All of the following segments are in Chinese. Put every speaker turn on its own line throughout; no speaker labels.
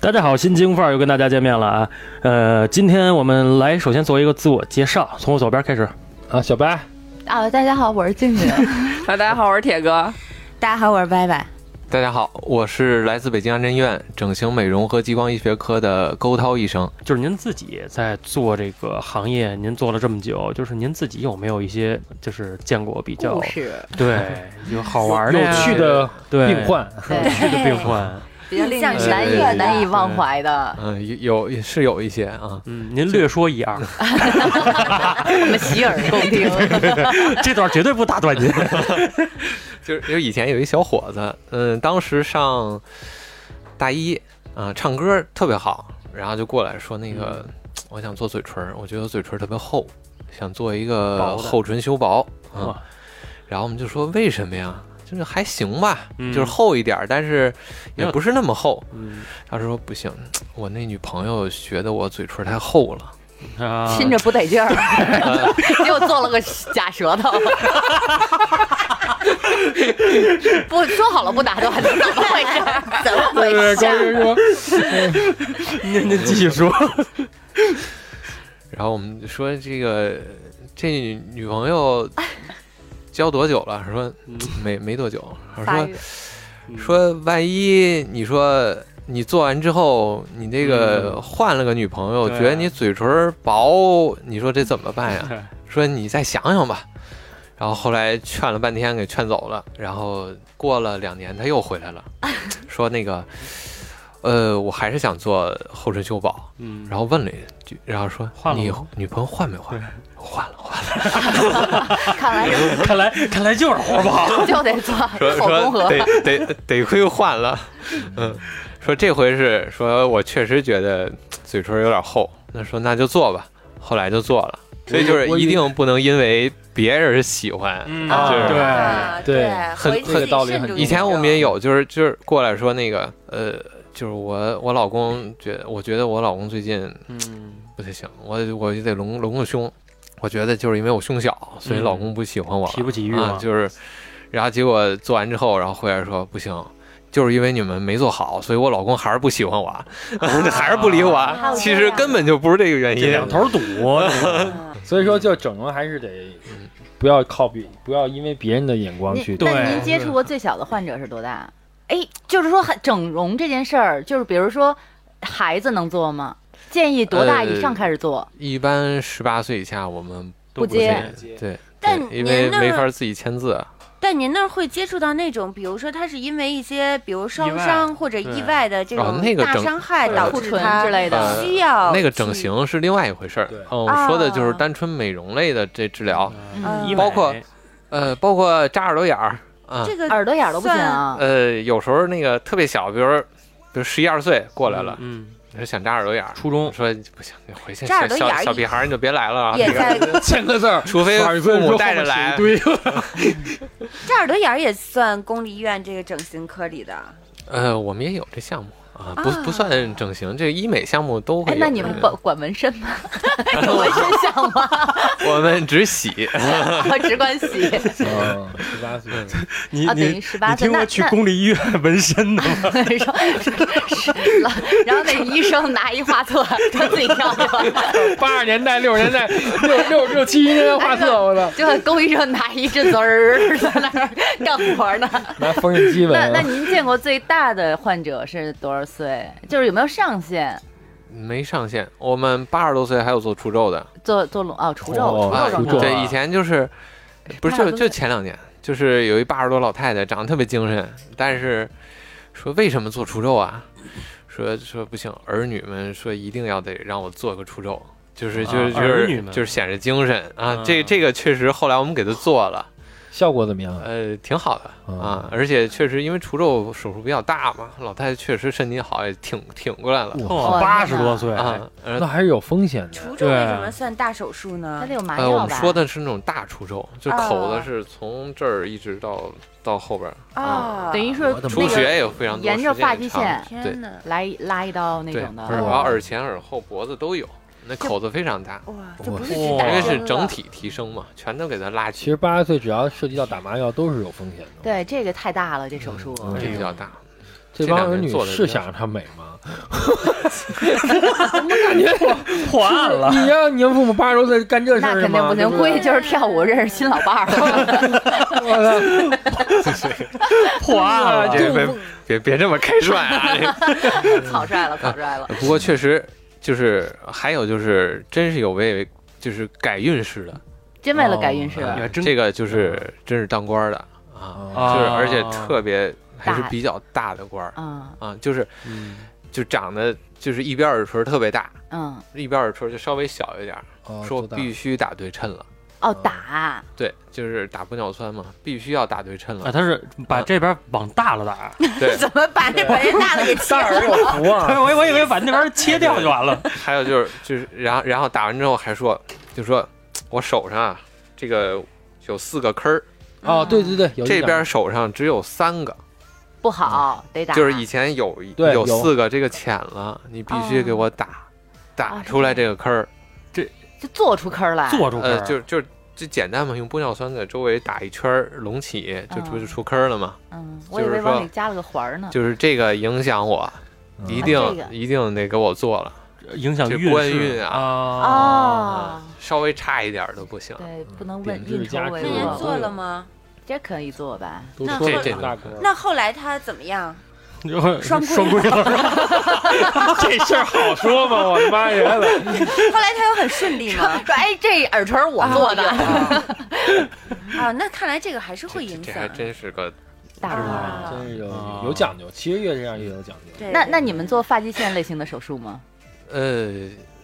大家好，新京范儿又跟大家见面了啊。呃，今天我们来首先做一个自我介绍，从我左边开始啊，小白。
啊，大家好，我是静 静。
大家好，我是铁哥。
大家好，我是歪 歪。
大家好，我是来自北京安贞医院整形美容和激光医学科的勾涛医生。
就是您自己在做这个行业，您做了这么久，就是您自己有没有一些就是见过比较
事
对有好玩的
有
呀、
趣的
对
病患，
有趣的病 患？
比较
印象
深
难以
刻的
难以忘怀的，
嗯、有有是有一些啊，
嗯，您略说一二，
我们洗耳恭 听。
这段绝对不打断您。
就是就以前有一小伙子，嗯，当时上大一啊、唱歌特别好，然后就过来说那个，我想做嘴唇儿，我觉得嘴唇儿特别厚，想做一
薄
个
的
厚唇修薄啊
哇。
然后我们就说为什么呀？就是还行吧，
嗯
就是厚一点儿，但是也不是那么厚。
嗯
他说不行，我那女朋友觉得我嘴唇太厚了。
啊，
亲着不得劲儿，结果做了个假舌 头。不说好了不打断，怎么回事？怎么回
对，高
事？
人说，
您您继续说。
然后我们就说这个这女女朋友交多久了？说
嗯
没没多久。我
发
说
育
说万一你说你做完之后，你这个
嗯
换了个女朋友，
对啊
觉得你嘴唇薄，你说这怎么办呀？
对
说你再想想吧。然后后来劝了半天，给劝走了。然后过了两年，他又回来了，说那个，呃，我还是想做后唇修保。
嗯，
然后问了一句，然后说
换了
你
吗
女朋友换没换？换了，换了。
看来人
看来看来就是活不好。
就得做后宫和
得得得亏换了，嗯，说这回是说我确实觉得嘴唇有点厚，那说那就做吧，后来就做了。所以就是
我以
一定不能因为别人喜欢。
嗯
啊
就是
对对
很
回去
这个
自己
道理
慎
很
重
以前我们
啊
也
有，
有，就是就是过来说那个呃，就是我我老公觉我觉得我老公最近
嗯
不太行，我我就得隆隆个胸。我觉得就是因为我胸小，所以老公不喜欢我，
提不嗯起欲
啊
望，
就是，然后结果做完之后，然后回来说不行，就是因为你们没做好，所以我老公还是不喜欢我， 还是不理我。
还有
其
这
实
样
根本就不是这个原
这
因
两。头 堵。
所以说就整容还是得不要靠别，不要因为别人的眼光去
您
对
那您接触过最小的患者是多大？哎，就是说很整容这件事儿，就是比如说孩子能做吗？建议多大以
呃
上开始做？
一般十八岁以下我们
都
不接
对，对
但您
因为
那
没
儿
法自己签字。
但您那儿会接触到那种，比如说他是因为一些，比如烧
意外
伤或者意外的这
哦
种
那个
大
整
伤害
对
导
库
致
存
他
之类的
呃
需要
那个整
去，
形是另外一回事儿
对。
嗯，我说的就是
啊
单纯美容类的这治疗，
嗯
医
医
包
美
括呃，包括扎耳朵眼儿啊，
这个
耳朵眼儿都不行啊！
呃，有时候那个特别小，比如比如十一二岁过来了，
嗯，
你说想扎耳朵眼儿，
初中
啊
我说不行，你回
这
去小
耳朵眼
小
儿
小
一
屁孩儿你就别来了啊！
也
这个
在
签个字儿，
除非
晚
父
上
母
说
带着
后面
来
写， 一堆，
这耳朵眼儿也算公立医院这个整形科里的。
呃，我们也有这项目啊，不
啊
不算整形，这医美项目都会
哎
有。，嗯
那你们管管纹身吗？ 有纹身项吗？
我们只洗，
我只管 洗
嗯，十八岁，
你
啊，等于
你
十
你
八岁。
听过
那那
去公立医院纹身的吗？
说是老然后那医生拿一画册，他自己跳的，
八十年代、六十年代、六六六七十年代
哎
画册，我操，
就勾医生拿一只子儿在那儿干活呢。
拿缝纫机
啊
那那
纹，
您见过最大的患者是多少岁？就是有没有上限？
没上限。我们八十多岁还有做除皱的，
做做隆哦，除皱除
哦
啊
哎
皱
除
容
皱
易。
对，以前就是不是
八十多
就就
岁
前两年，就是有一八十多老太太长得特别精神，但是说为什么做除皱啊？说说不行，儿女们说一定要得让我做个除皱，就是就是
啊
就
儿女
是
们
就是显示精神啊
啊。
这这个确实后来我们给他做了，
效果怎么样？
呃，挺好的啊
啊，
而且确实因为除皱手术比较大嘛，老太太确实身体好，也挺挺过来了
哦，
哇
八十多岁哎
啊。呃
那还是有风险的，
除皱为
对
什么算大手术
他
呢
得？有麻
呃，我
药
们
吧？
说的是那种大除皱，就
啊
口子是从这儿一直到到后边儿，
啊，
等于说
我的妈
出
哦那
血
个
也有非常多，
沿着
时间
发
也
际
长
线
对
天哪，
来拉一刀那
对，
种
然
的。哦
后耳前、耳后、脖子都有，那口子非常大，
哇，
我
这不是
哇
只
因
打
为
针
是
了
整体提升嘛，全都给它拉
其
起，
实八十岁只要涉及到打麻药，都是有风险的。
对，这个太大了，这手术。
嗯
这
哎呦
比较大。
这
这
帮
两
儿
年
女
做的
是
真
想让她美吗？
破案了。
你让你们父母八十多岁干这事
那
儿
肯定
吗？
不
对
行，
不
估
对
计就是跳舞认识新老伴儿。
我
破案
操，
了，
这
这
被嗯别别这么开涮 啊！这
草率了，草率了。
不过确实就是还有就是，真是有为就是改运势的，
真为了改运势啊了，
哦
还真
这个就是真是当官儿的啊，
啊
就是
啊
而且特别还是
大
比较大的官儿
嗯
啊，就是
嗯
就长得就是一边耳垂特别大，
嗯，
一边耳垂就稍微小一点儿，
哦
说
多大
必须打对称了，
哦打，
对，就是打玻尿酸嘛，必须要打对称
啊，
了，
他是把这边往大了打，
对，
怎么把这把这大的给切
大
了？
耳有福啊！
我我以为把那边切掉就 完了。
还有就是就是，然后然后打完之后还说，就说我手上啊这个有四个坑儿，
哦，对对对，有一
这
点
边手上只有三个，
不好得打，
就是以前有
对
有
有
四个这个浅了，你必须给我打打出来这个坑儿，
就做出坑儿来，
坐住
呃，就就就简单嘛，用玻尿酸在周围打一圈儿隆起，就出
嗯
就出坑儿了嘛，
嗯，
就是
我以为往
说
里加了个环儿呢，
就是这个影响我，
嗯
一
啊这
定
个
一定得给我做了，
影响
这
运势
官运啊
啊，
哦，
稍微差一点儿都不行，
对，不
嗯
能
贬
问
值
运筹
加
那
帷
啊
值对
您
幄，
做了吗？
这可以做吧？
都
那
说
这
了
这
大哥，
那后来他怎么样？
双双规 了，
这事儿好说吗？我的妈呀！
后来他又很顺利吗？
说哎，这耳垂儿我做的，
啊，那看来这个还是会
这
影
这
响
还。真是个
大
是
官儿。
吧？真是有有讲究，七个月这样也有讲究。
对
那那你们做发际线类型的手术吗？
呃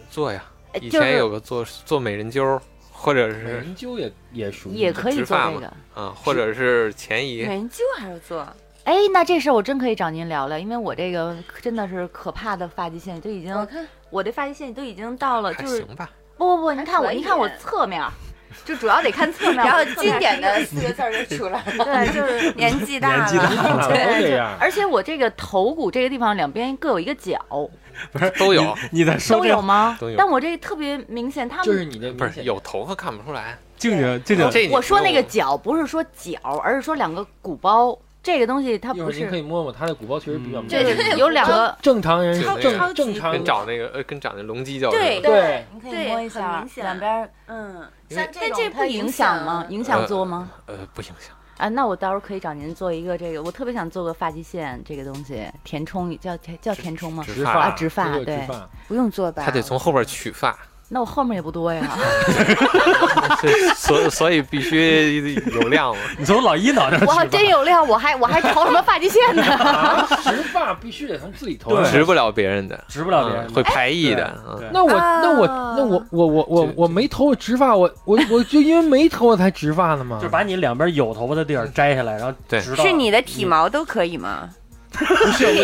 做呀。
哎
以
就
前
是
有个做做美人灸，或者
美
是
人灸也也属于
也可以
植
做
发
这
嘛
个。
啊，或者是前移，
人灸还要做，
哎，那这事儿我真可以找您聊聊，因为我这个真的是可怕的发际线都已经，
我看
我这发际线都已经到了，
还
就是
行吧。
不不不，你看我，
可以
你看我侧面儿，就主要得看侧面儿。
然后
我侧面
经
儿
典的嗯四个字儿就出来 了，
对，就是
年纪大
年纪
了，
大了都
对，
这
就
样。
而且我这个头骨这个地方两边各有一个角，
不是都有，
你在说
都
这
有吗
都有？
但我这特别明显，他
就是
们
你这
不
明
是
显
有头发看不出来。
静静静静，
这你
我说
不
那
用
个角不是说角，而是说两个鼓包，这个东西它
一会
不
儿您可
是，
以摸摸他的鼓包，确实比较明
就
显。
对
是有两个。
正常人
超
正
超级
正常
跟长那个呃跟长那龙犄角
对
似的
对，
你可
以摸一下两边
边
嗯，
像
但
种
这不
它影响吗？
影
影响做吗？
呃不影响。
啊，那我到时候可以找您做一个这个，我特别想做个发际线这个东西，填充叫填叫填充吗？
植
直
发
发
啊直发
对
对
直发，
不用做吧？
他得从后边取发，
那我后面也不多呀，
是所所以必须有量嘛。
你从老一脑袋
我还真有料，我还我还愁什么发际线呢？
啊直发必须得从自己头上
对
植不了别人的，
值不了别
嗯
人，
会排异的。
对
嗯
那我
啊
那我那我我我我
就
我没头发直发，我我我就因为没头发才直发的嘛。
就是把你两边有头发的地儿摘下来，然后
对
直到
是你的体毛都可以吗？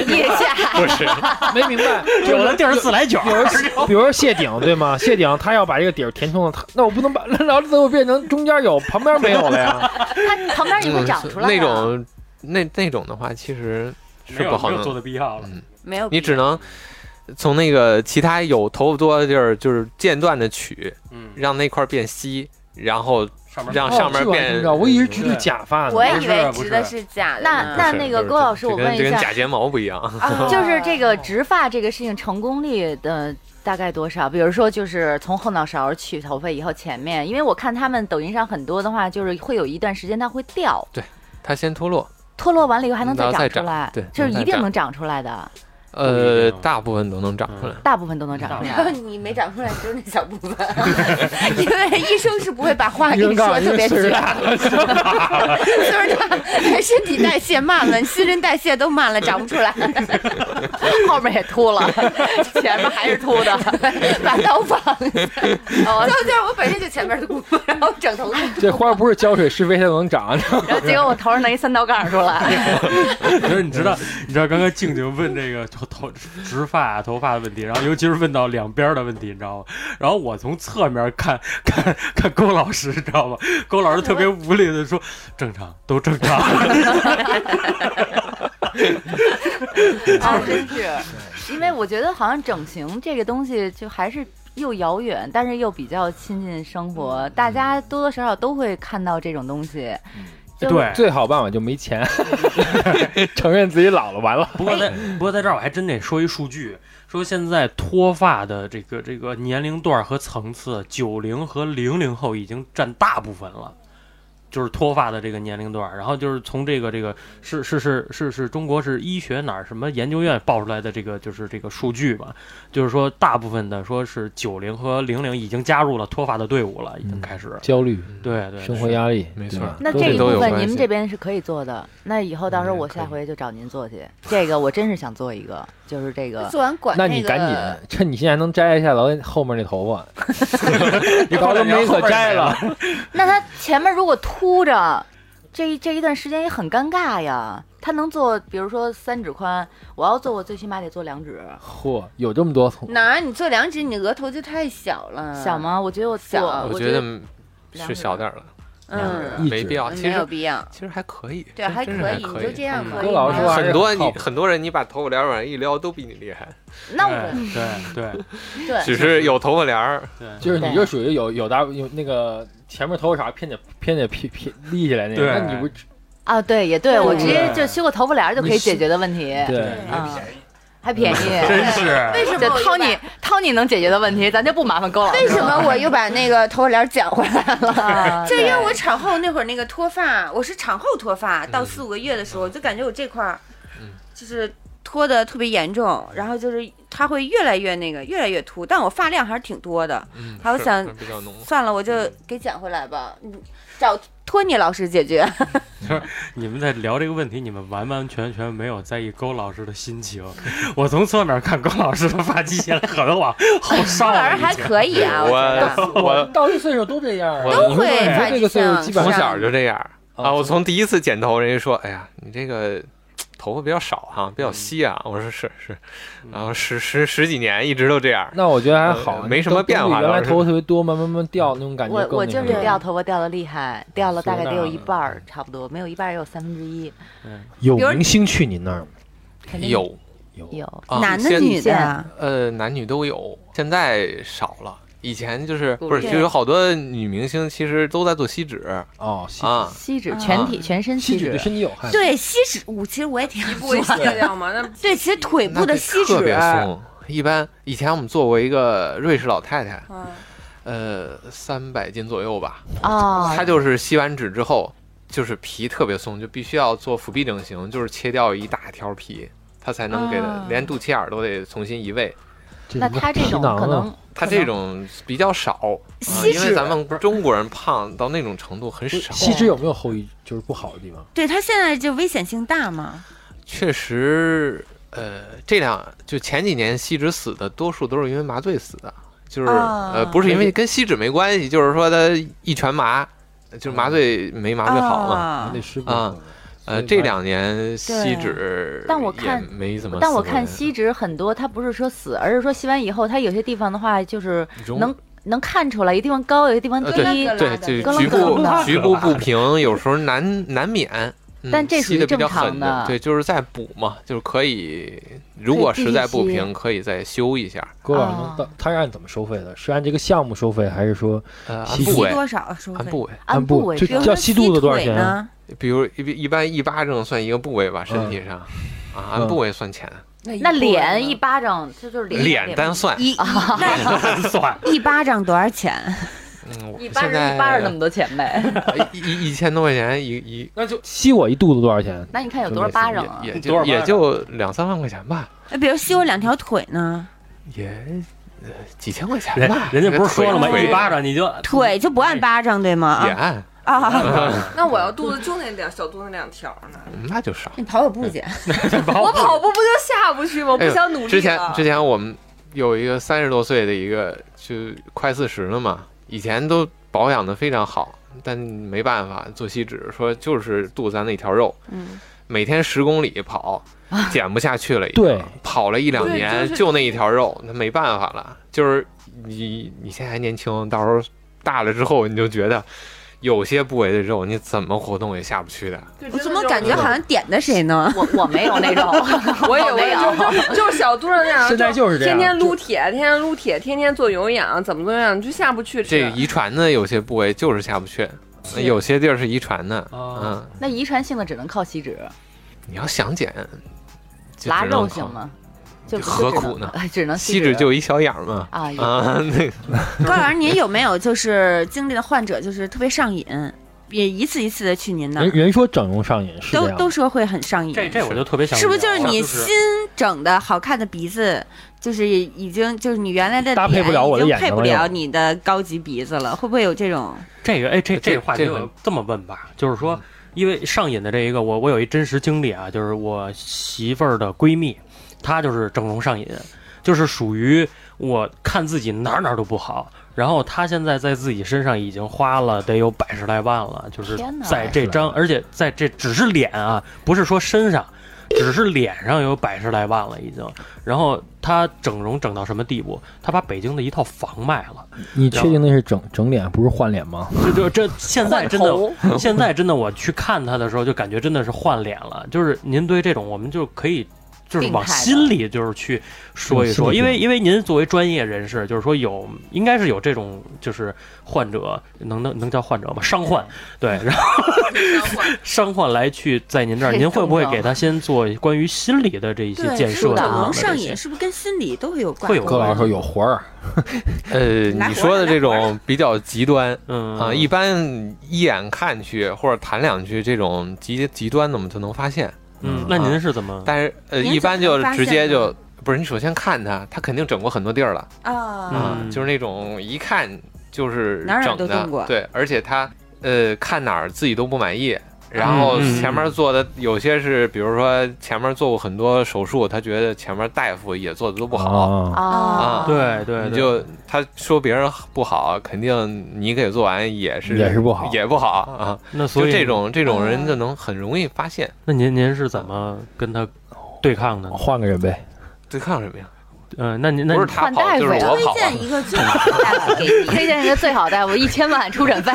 腋下
不是，
没明 白，
有的地儿自来卷
比，如
哎
说比如说谢顶对吗？谢顶他要把这个底儿填充了，他那我不能把那老子我变成中间有，旁边没有 了呀？
它旁边也会长
嗯
出来、啊
那种那那种的话，其实
没
是不
有
好
没有做
弄。
的必要了。
没有，
你只能从那个其他有头发多的地儿，就是间断的取，
嗯，
让那块儿变稀，然后
上面
让上面
哦这我还
变
真不知道我一直植的假发呢。
我也
不
以
是
为
不
植
是
的是假的
那
呢。
那
不是
那个
就是
郭老师
这
我
跟
问一
这跟
下
假睫毛不一样。
嗯
啊
就是这个植发这个事情成功率的大概多少？比如说，就是从后脑勺取头发以后，前面，因为我看他们抖音上很多的话，就是会有一段时间它会掉，
它先脱落，
脱落完了以后还能
然后再
长出来，
对
就是
能再
一定
长
能长出来的，
不一
呃
定，
大部分都能长出来。
大部分都能长出
大
来。
嗯
你没长出来就是那小部分，因 为医生是不会把 话给
扔
你说
告
得
诉
特别
你
绝
岁数。大了，
岁数大，身体代谢慢了，新陈代谢都慢了，长不出来。
后面也 秃了，前面还是秃的，把刀放。哦，
就是我本身就前面秃，然后整 头秃，
这花不是浇水施肥它就能长，
然后结果我头上弄一三道杠出 来，
可是你知道，
嗯
你知道刚刚静静问这个头头植发、头发的问题，然后尤其是问到两边的问题，你知道吗？然后我从侧面看 看看郭老师，你知道吗？郭老师特别无力的说：“正常，都正常。
啊，真是，因为我觉得好像整形这个东西就还是。又遥远，但是又比较亲近生活，大家多多少少都会看到这种东西。
就
对
最好办法就没钱， 承认自己老了，完了。
不过在不过在这儿我还真得说一数据，说现在脱发的这个这个年龄段和层次，九零和零零后已经占大部分了。就是脱发的这个年龄段，然后就是从这个这个是是是是是中国是医学哪儿什么研究院报出来的这个就是这个数据吧，就是说大部分的说是九零和零零已经加入了脱发的队伍了，已经开始。
焦虑、
对对，
嗯生活压力，
没错
对
那
都
这
得
一
都
部
有
分
关
你们
系
这边是可以做的，那以后到时候
嗯
我
可以
下回就找您做去。这个我真是想做一个，就是这个
做完管
那
个
你赶紧趁你现在能摘下老后面那头 发，
你
到时候没可摘了。
那他前面如果秃着，这一这一段时间也很尴尬呀。他能做，比如说三指宽，我要做，我最起码得做两指，
嚯，有这么多头，
哪儿？你做两指，你额头就太小了，
嗯
小？吗？我觉得我
小
呃我
我
我
觉
觉
得
得
是小点儿了，
嗯，
一
没
指
必要。其
没有
实
必要。
其实还可以，
对，还
真
可
是还
以，你就这样吧。
郭老师
嗯
说话
很多你
靠谱
很多人，你把头发帘儿往上一撩，都比你厉害。
那我
嗯对对对
对，
只是有头发帘儿，
对，
就是你就属于有有大有那个前面头发茬偏得偏得偏偏立起来那个，
对
那你不
啊，对，也对
对
我直接就
对
修个头发帘儿就可以
你是
解决的问题，
对
嗯
啊，还便宜。
真是。
为什
就
么我又
掏你
把？
掏你能解决的问题，咱就不麻烦勾老师了。
为什么我又把那个头发帘儿剪回来了？
啊？
这
对
因为我产后那会儿那个脱发，我是产后脱发，到四五个月的时候，我就感觉我这块儿
嗯，
就是脱的特别严重，然后就是它会越来越那个，越来越秃，但我发量还是挺多的。
嗯，
还有
是
想
是比较浓。
算了，我就给剪回来吧，嗯找托尼老师解决。
你们在聊这个问题，你们完完全全没有在意高老师的心情。 我从侧面看，高老师的发际线可能往后上
托
了
儿
已
还
经。
可以啊，我觉 得。
我
到这岁数都这样啊，
都
你说
会
你说这个岁数基本
从
上
小就这样啊！
哦
我从第一次剪头，人家说：“哎呀，你这个头发比较少哈、比较稀啊。”我说：“是是。”然后十十十几年一直都这样。
那我觉得还好，
呃没什么变化
都比原来
倒是
头发特别多，慢慢慢掉那种感觉
我
更
我
那
就
什
是
么
掉头发掉的厉害，掉了大概得有
是的
一半儿，差不多没有一半儿也有三分之一，
有
比如
明星去你那儿吗？
肯定
有
有
有。
啊
男的
现
女的呀？
呃，男女都有，现在少了。以前就是
不
不是，
对
就有好多女明星其实都在做吸脂
哦，吸
啊，
吸脂全体全身
吸
吸
脂
脂
对，身体有害。
对吸脂，我其实我也挺
不会卸掉吗？那
对，其实腿部的啊吸脂
特，别松。一般以前我们做过一个瑞士老太太，
嗯
呃，三百斤左右吧，
啊，
她就是吸完脂之后，就是皮特别松，就必须要做腹壁整形，就是切掉一大条皮，她才能给
啊
她连肚脐眼儿都得重新移位。
那他这种可
啊
能
她这种比较少，啊
吸
因为
脂
咱们中国人胖到那种程度很少。
吸脂有没有后遗，就是不好的地方？
对他现在就危险性大嘛。
确实，呃，这两就前几年吸脂死的，多数都是因为麻醉死的，就是、
啊
呃，不是因为跟吸脂没关系，就是说他一拳麻，就是麻醉没麻醉好嘛。
啊
那师傅
啊呃，这两年吸脂，
但我看
没怎么死过人，
但我看吸脂很多，它不是说死，而是说吸完以后，它有些地方的话就是
容
能能看出来，有地方高，有些地方
呃
低。
对对，
咯
就
楞
局
咯楞
部
的
局部不平，有时候难 难免。嗯
但这属于
吸的比
正
较
常
狠
的
对，就是在补嘛，就是可以，如果
可以继
实
续
在不
吸
平，可以再修一下。
郭老师
啊
能到，他是按怎么收费的？是按这个项目收费，还是说
呃，按
吸
部
吸
位，
多少收费
按？部位。
按部位
就
比如
叫
说
吸肚子多少
腿
钱啊？
呢？
比如一一般一巴掌算一个部位吧，身体上，啊，按部位算钱，
那脸一巴掌，这就是嗯脸。
脸单算。
一
算，
一巴掌多少钱？
嗯，我
一巴
现
掌
在
一巴掌那么多钱呗？
一一一千多块钱一一，那就
吸我一肚子多少钱？
那你看有多少巴掌啊？
也也
多
就
少巴掌
也就两三万块钱吧，
那比如吸我两条腿呢？
也呃几千块钱
人
吧。
人家不是说了吗？
腿
一巴掌你就
腿就不按巴掌对吗？
也
啊
按，
啊！
那我要肚子就那两小肚子那两条呢？
嗯那就少。
你跑跑步去，
我跑步不就下不去吗？我
哎
不
呦
想努力了。
之前之前我们有一个三十多岁的一个，就快四十了嘛，以前都保养的非常好，但没办法做吸脂，说就是肚子咱那条肉，
嗯，
每天十公里跑，减不下去了已经。
对
跑了一两
对
年，
就是
就那一条肉，那没办法了。就是你你现在还年轻，到时候大了之后，你就觉得有些部位的肉你怎么活动也下不去的。
就真
我
的
怎么
就
感觉好像点的谁呢？
我我没有那种，
我也
有没有
我就 就就是小肚子那
啊
样，
现在就是这样
天天撸铁，天天撸铁，天天做有氧，怎么怎么样，你就下不去。
这遗传的有些部位就是下不去，嗯有些地儿是遗传的，
啊，
嗯，
那遗传性的只能靠吸脂，
你要想减，就
拉
只能
肉行
靠？
吗？就
何
就只能 哎
苦呢？
只能
锡
脂
纸就一小眼儿嘛，
啊，有
啊，那个
高老师，您有没有就是经历的患者就是特别上瘾，也一次一次的去您那
人
儿，
人说整容上瘾是哎这
都
样的，啊
都说会很上瘾。
这这我就特别想
是
聊啊
不
了，
是就是你
是
新整的好看的鼻子，就是已经就是你原来的
搭配
脸
不了我的
已经
眼睛
配不
了又
了你的高级鼻子了？会不会有这种？
这个哎，这
这
这个嗯话题
这个
我这么问吧，就是说，因为上瘾的这一个，我我有一真实经历啊，就是我媳妇儿的闺蜜，她就是整容上瘾，就是属于我看自己哪儿哪儿都不好，然后她现在在自己身上已经花了得有百十来万了，就是
天哪
在这张，而且在这只是脸啊，不是说身上。只是脸上有百十来万了，已经。然后她整容整到什么地步？她把北京的一套房卖了，
你确定那是整整脸不是换脸吗？
这就这现在
换
真的
头，
现在真的，我去看他的时候，就感觉真的是换脸了。就是您对这种，我们就可以就是往
病态的
心里就是去说一说，
嗯心里
因为
病
因为您作为专业人士，就是说有应该是有这种就是患者，能能能叫患者吗？伤患对，然后伤患来去在您这儿，
这
您会不会
重要
给他先做关于心理的这一些
对，
建
是
设
不
等
是整
啊
等
容
的这
上
些
瘾？是不是跟心理都会有关？
会有啊
高老师说有活儿，
呃，
来活儿
你说的
来
这
活儿
种比较极端，
嗯
啊，一般一眼看去或者谈两句这种极极端的，我们就能发现。
嗯，那您是怎么？
啊但是呃，
您
一般
哎怎么
就
发
直
现
接
的
就不是你首先看他，他肯定整过很多地儿了
啊，
啊
嗯，
就是那种一看就是
哪儿哪儿
整
都动
的
过，
对，而且他呃看哪儿自己都不满意。然后
嗯嗯
前面做的有些是，比如说前面做过很多手术，他觉得前面大夫也做的都不好，
哦
啊
啊，
啊，
对对，
你
对
就他说别人不好，肯定你给做完也是
也是不好
也不好啊。
那所
就
以
这种这种
嗯
人就能很容易发现。
那您您是怎么跟他对抗的呢？
换个人 呗。
对抗什么呀？
嗯、那您那
不
您
是他
换
跑
大夫
就是
呀
我
推
跑啊。
荐一个 最好的大夫 给你。
推荐一个最好大夫，一千万出诊 费。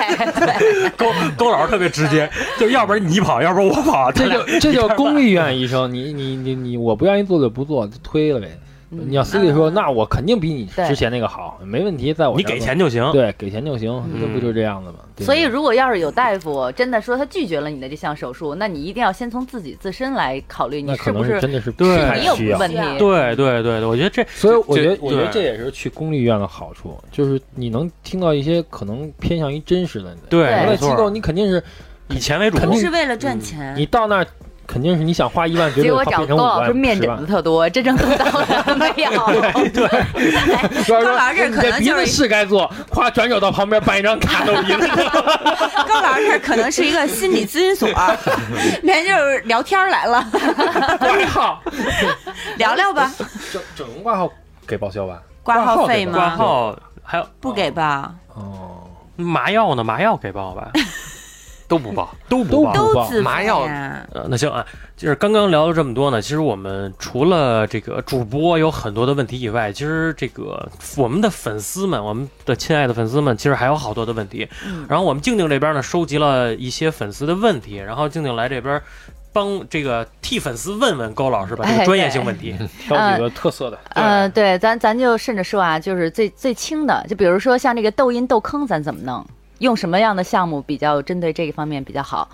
勾勾老师特别直接，就要不然你跑，要不然我跑，
这就这就公立医院医生，你你你你，我不愿意做就不做，就推了呗。
嗯
你要私立说，那我肯定比你之前那个好，没问题，在 我
你
这儿
给
做
钱就行。
对，给钱就行，
嗯
这不就这样子吗？对不对
所以，如果要是有大夫真的说他拒绝了你的这项手术，那你一定要先从自己自身来考虑，
那
你
可
是不
能
是
真的是
对
太
你有
需要。
问题？
对对对对，我觉得这
所以我觉得，
这
我觉得
对
这也是去公立医院的好处，就是你能听到一些可能偏向于真实的。
对
对
没
那机构
错，
你肯定是
以钱为主。
肯
不
定嗯
是为了赚钱，
你到那儿肯定是你想花一万，绝
结
对
果
花
找
变成
高
五
老师
万、
面
十
诊
万
子。特多，真正动刀的没 有。
高
高老师这
你
可
这
能
鼻
就
子
是
是该做，夸转手到旁边办一张卡弄鼻子。
高老师可能是一个心理咨询所，人家就是聊天儿来了，
挂号，
聊聊吧，
整整容挂号给报销吧？
挂
号
号
给
费
吧
吗？
挂号还有
不给吧？
哦，
麻药呢？麻药给报吧？
都不报，
都
不报
都自费
麻药
呀
呃，那行啊，就是刚刚聊了这么多呢。其实我们除了这个主播有很多的问题以外，其实这个我们的粉丝们，我们的亲爱的粉丝们，其实还有好多的问题。然后我们静静这边呢，收集了一些粉丝的问题，然后静静来这边帮这个替粉丝问问高老师吧，这个
哎
专业
对
性问题。
挑几个特色的。
嗯，对，咱咱就顺着说啊，就是最最轻的，就比如说像这个抖音豆坑，咱怎么弄？用什么样的项目比较针对这个方面比较好？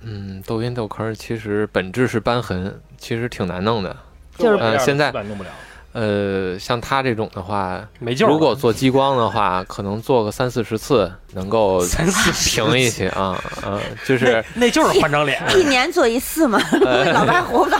嗯，痘印痘坑儿其实本质是瘢痕，其实挺难弄的。
就是
呃现在
弄不了。
呃，像他这种的话，
没救了。
如果做激光的话，可能做个三四十次能够
三四十
平一些啊啊， 就是
那就是换张脸，
一年做一次嘛， 老白活不到。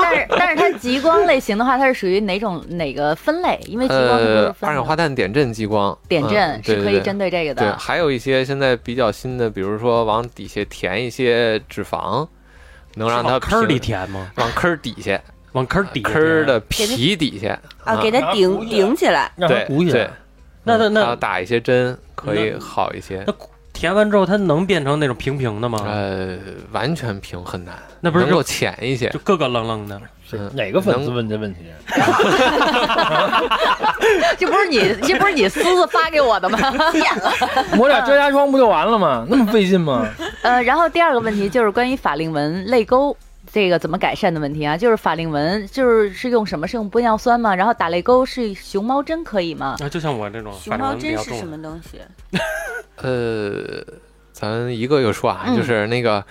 但 是但是它极光类型的话，它是属于哪种哪个分类？因为极光它不是
呃
分
二氧化碳点阵激光，
点阵
嗯对
是可
对
以
对
针对这个
对，
的。
还有一些现在比较新的，比如说往底下填一些脂肪， 能让它
往坑儿里
平，
填吗？
往坑儿底下，
往坑儿底下
坑儿
填
的皮底下
啊，给它
拿
顶
骨
顶起来，
让它
对
鼓起
对
来，，
那那
然后
那
打一些针可以
那
好一些
那。填完之后，它能变成那种平平的吗？
呃，完全平很难，
啊那不是
能够浅一些
就。个个愣愣的，
嗯
哪个粉丝
能
问这问 题？啊
这不是你这不是你私自发给我 的吗？
抹 点遮瑕霜不就完了吗？那么费劲吗？
呃，然后第二个问题就是关于法令纹泪沟这个怎么改善的问题啊，就是法令纹就是是用什么？是用玻尿酸吗？然后打泪沟是熊猫针可以吗？
啊，就像我这种
熊
反正
猫
纹比
针
较
是什
重的。
么东西？
呃，咱一个一个说啊，
嗯
就是那个。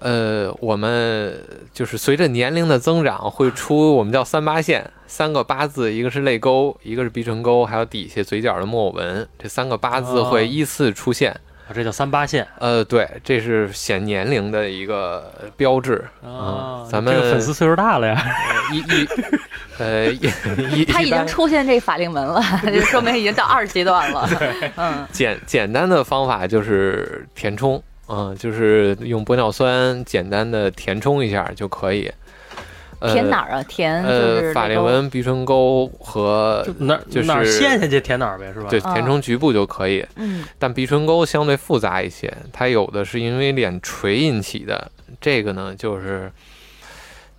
呃，我们就是随着年龄的增长，会出我们叫三八线，三个八字，一个是泪沟，一个是鼻唇沟，还有底下嘴角的木偶纹，这三个八字
哦
会依次出现。
啊这叫三八线
呃，对，这是显年龄的一个标志。
哦
啊
嗯，咱们
这个粉丝岁数大了 呀，
一一呃一一
他已
一
经
般
出现这法令纹了， 就说明已经到二阶段了。嗯，
简简单的方法就是填充，嗯、就是用玻尿酸简单的填充一下就可以。呃、
填哪？儿啊？填就
呃，
是
法
泪
令
沟
纹、鼻唇沟和
就哪
就是
哪儿陷下去填哪儿呗，是吧？
对
啊
填充局部就可以。
嗯，
但鼻唇沟相对复杂一些，它有的是因为脸垂引起的，这个呢就是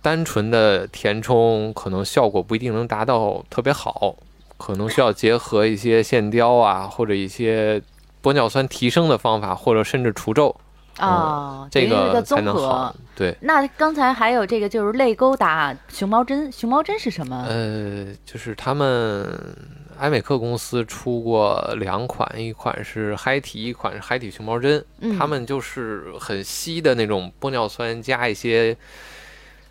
单纯的填充，可能效果不一定能达到特别好，可能需要结合一些线雕啊，或者一些玻尿酸提升的方法，或者甚至除皱，
哦，
这
等于是一个
才
综
能
合
好。。对，
那刚才还有这个就是泪沟打熊猫针，熊猫针是什么？
呃，就是他们埃美克公司出过两款，一款是嗨体，一款是嗨体熊猫针。
嗯
他们就是很稀的那种玻尿酸加一些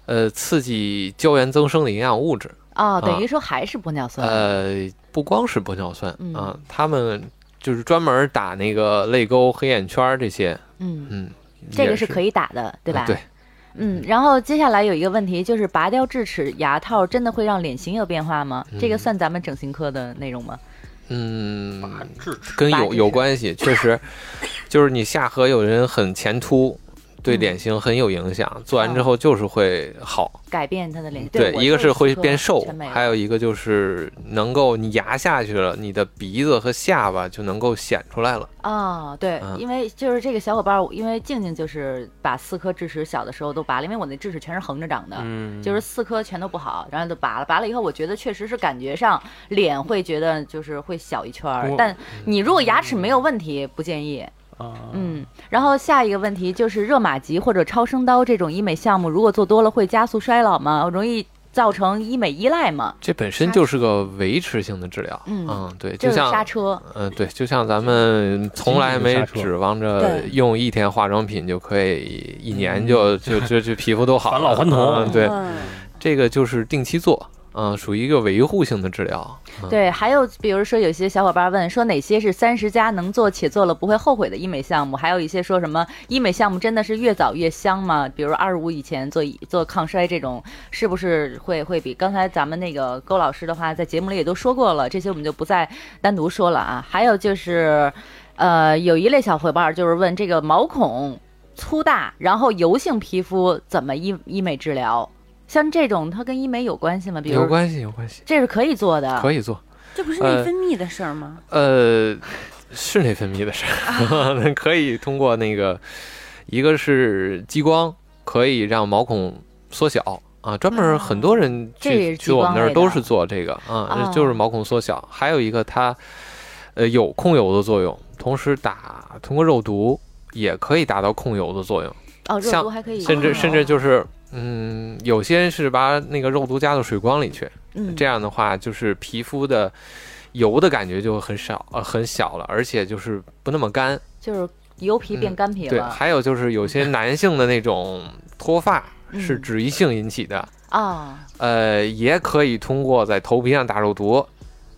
呃刺激胶原增生的营养物质，
哦，等于说还是玻尿酸。
啊呃，不光是玻尿酸
嗯
啊，他们就是专门打那个泪沟、黑眼圈这些，
嗯，
嗯，
这个
也
是
是呃
可以打的，对吧？
对，
嗯，然后接下来有一个问题，就是拔掉智齿牙套真的会让脸型有变化吗？这个
嗯
算咱们整形科的内容吗？
嗯，
啊智齿
跟
拔
有
智
有
齿
关系，确实，就是你下颌有人很前凸，对
嗯
脸型很有影响，做完之
哦
后就是会好。
改变他的脸型？我
一个
就是
会
说
变瘦
全美，了
还有一个就是能够你牙下去了，你的鼻子和下巴就能够显出来了。
哦，对，
嗯
因为就是这个小伙伴儿，因为静静就是把四颗智齿小的时候都拔了，因为我那智齿全是横着长的，
嗯，
啊就是四颗全都不好，然后就拔了。拔了以后，我觉得确实是感觉上脸会觉得就是会小一圈儿
我，
但你如果牙齿没有问题，不建议。
啊，
嗯，然后下一个问题就是热玛吉或者超声刀这种医美项目，如果做多了会加速衰老吗？容易造成医美依赖吗？
这本身就是个维持性的治疗。
嗯
对，
这
就是像
刹车，
嗯、对，就像咱们从来没指望着
对
用一天化妆品就可以一年就就就就皮肤都好了。
嗯返老还童
嗯对，
嗯，
这个就是定期做，嗯、属于一个维护性的治疗。嗯、
对，还有比如说有些小伙伴问说哪些是三十加能做且做了不会后悔的医美项目，还有一些说什么医美项目真的是越早越香吗？比如二十五以前做做抗衰这种，是不是会会比刚才咱们那个勾老师的话在节目里也都说过了，这些我们就不再单独说了啊。还有就是，呃，有一类小伙伴就是问这个毛孔粗大，然后油性皮肤怎么医医美治疗？像这种它跟医美有关系吗？比如啊
有关系，有关系，
这是可以做的，
可以做。
这不是
呃
内分泌的事儿吗？
呃，室内分泌的事儿， 可以通过那个，一个是激光，可以让毛孔缩小啊，专门儿很多人
啊这也
去
是激
去我们那
光类的
儿都是做这个啊
哦，
就是毛孔缩小。还有一个它，呃，有控油的作用，同时打通过肉毒也可以达到控油的作用，
哦，热
像
毒还可以，
甚至甚
哦
至就是。嗯，有些人是把那个肉毒加到水光里去，
嗯
这样的话，就是皮肤的油的感觉就很少，呃，很小了，而且就是不那么干。
就是油皮变
嗯
干皮
对，
了
还有就是有些男性的那种脱发
嗯
是脂溢性引起的，
啊，
呃，也可以通过在头皮上打肉毒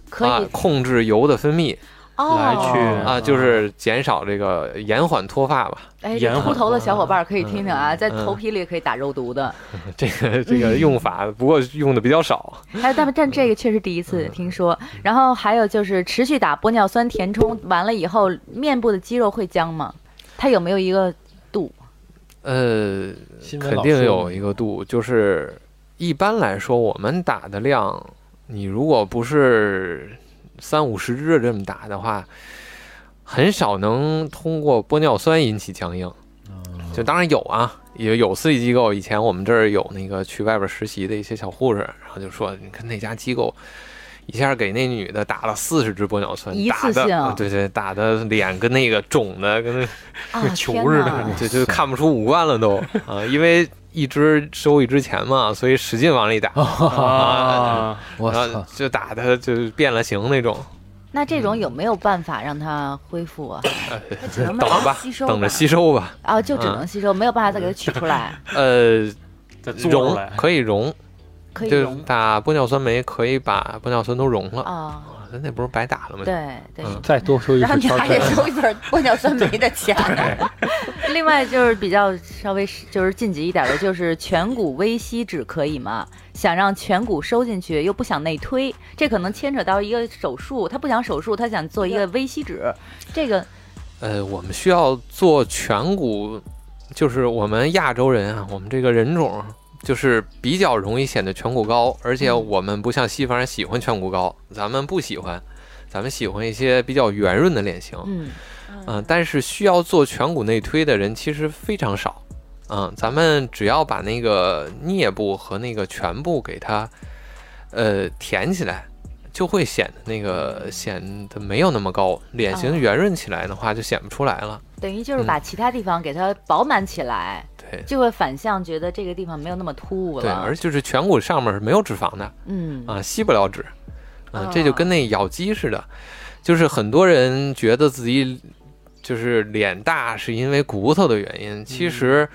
可
啊
以，
控制油的分泌
来去
哦，
啊，就是减少这个延缓脱发吧。
哎，
延
这
缓
秃头的小伙伴儿可以
嗯
听听啊，在
嗯
头皮里可以打肉毒的，
这个 这个用法，不过用的比较少。
还哎有但但这个确实第一次
嗯
听说。然后还有就是持续打玻尿酸填充完了以后，面部的肌肉会僵吗？它有没有一个度？
呃，
新闻
肯
老
定
说
有一个度，就是一般来说，我们打的量，你如果不是三五十支这么打的话，很少能通过玻尿酸引起僵硬。就当然有啊，也有私立机构，以前我们这儿有那个去外边实习的一些小护士，然后就说，你看那家机构。一下给那女的打了四十支玻尿酸，
一
打
次
的
性
对对，打的脸跟那个肿的跟那
啊，
球
天
似的
哪！
就就看不出五官了都啊，因为一支收一支钱嘛，所以使劲往里打，
啊，
我
然
操
后！就打的就变了形那种。
那这种有没有办法让它恢复啊？
呃，
只能
等着吧
吸收，
等着吸嗯收 吧。
啊，就只能吸收，没有办法再给它取出来，
呃，
再做出
溶
来，
可以溶，
可以
就
溶
打玻尿酸酶可以把玻尿酸都溶了，
啊。
那那不是白打了吗？
对对，
嗯
再多收一
然后
次
你
圈
还得
圈。
收一份玻尿酸酶的钱呢。
另外就是比较稍微是就是晋级一点的，就是颧骨微吸脂可以吗？想让颧骨收进去，又不想内推，这可能牵扯到一个手术。他不想手术，他想做一个微吸脂，这个
呃，我们需要做颧骨，就是我们亚洲人啊，我们这个人种就是比较容易显得颧骨高，而且我们不像西方人喜欢颧骨高，咱们不喜欢，咱们喜欢一些比较圆润的脸型。
嗯
嗯、但是需要做颧骨内推的人其实非常少。嗯、咱们只要把那个颞部和那个颧部给它，呃，填起来，就会显得那个显得没有那么高，脸
哦
型圆润起来的话就显不出来了。
等于就是把
嗯
其他地方给它饱满起来，
对
就会反向觉得这个地方没有那么突兀了。
对，而且就是颧骨上面是没有脂肪的
嗯
啊，吸不了脂啊
哦，
这就跟那咬肌似的，就是很多人觉得自己就是脸大是因为骨头的原因，其
嗯
实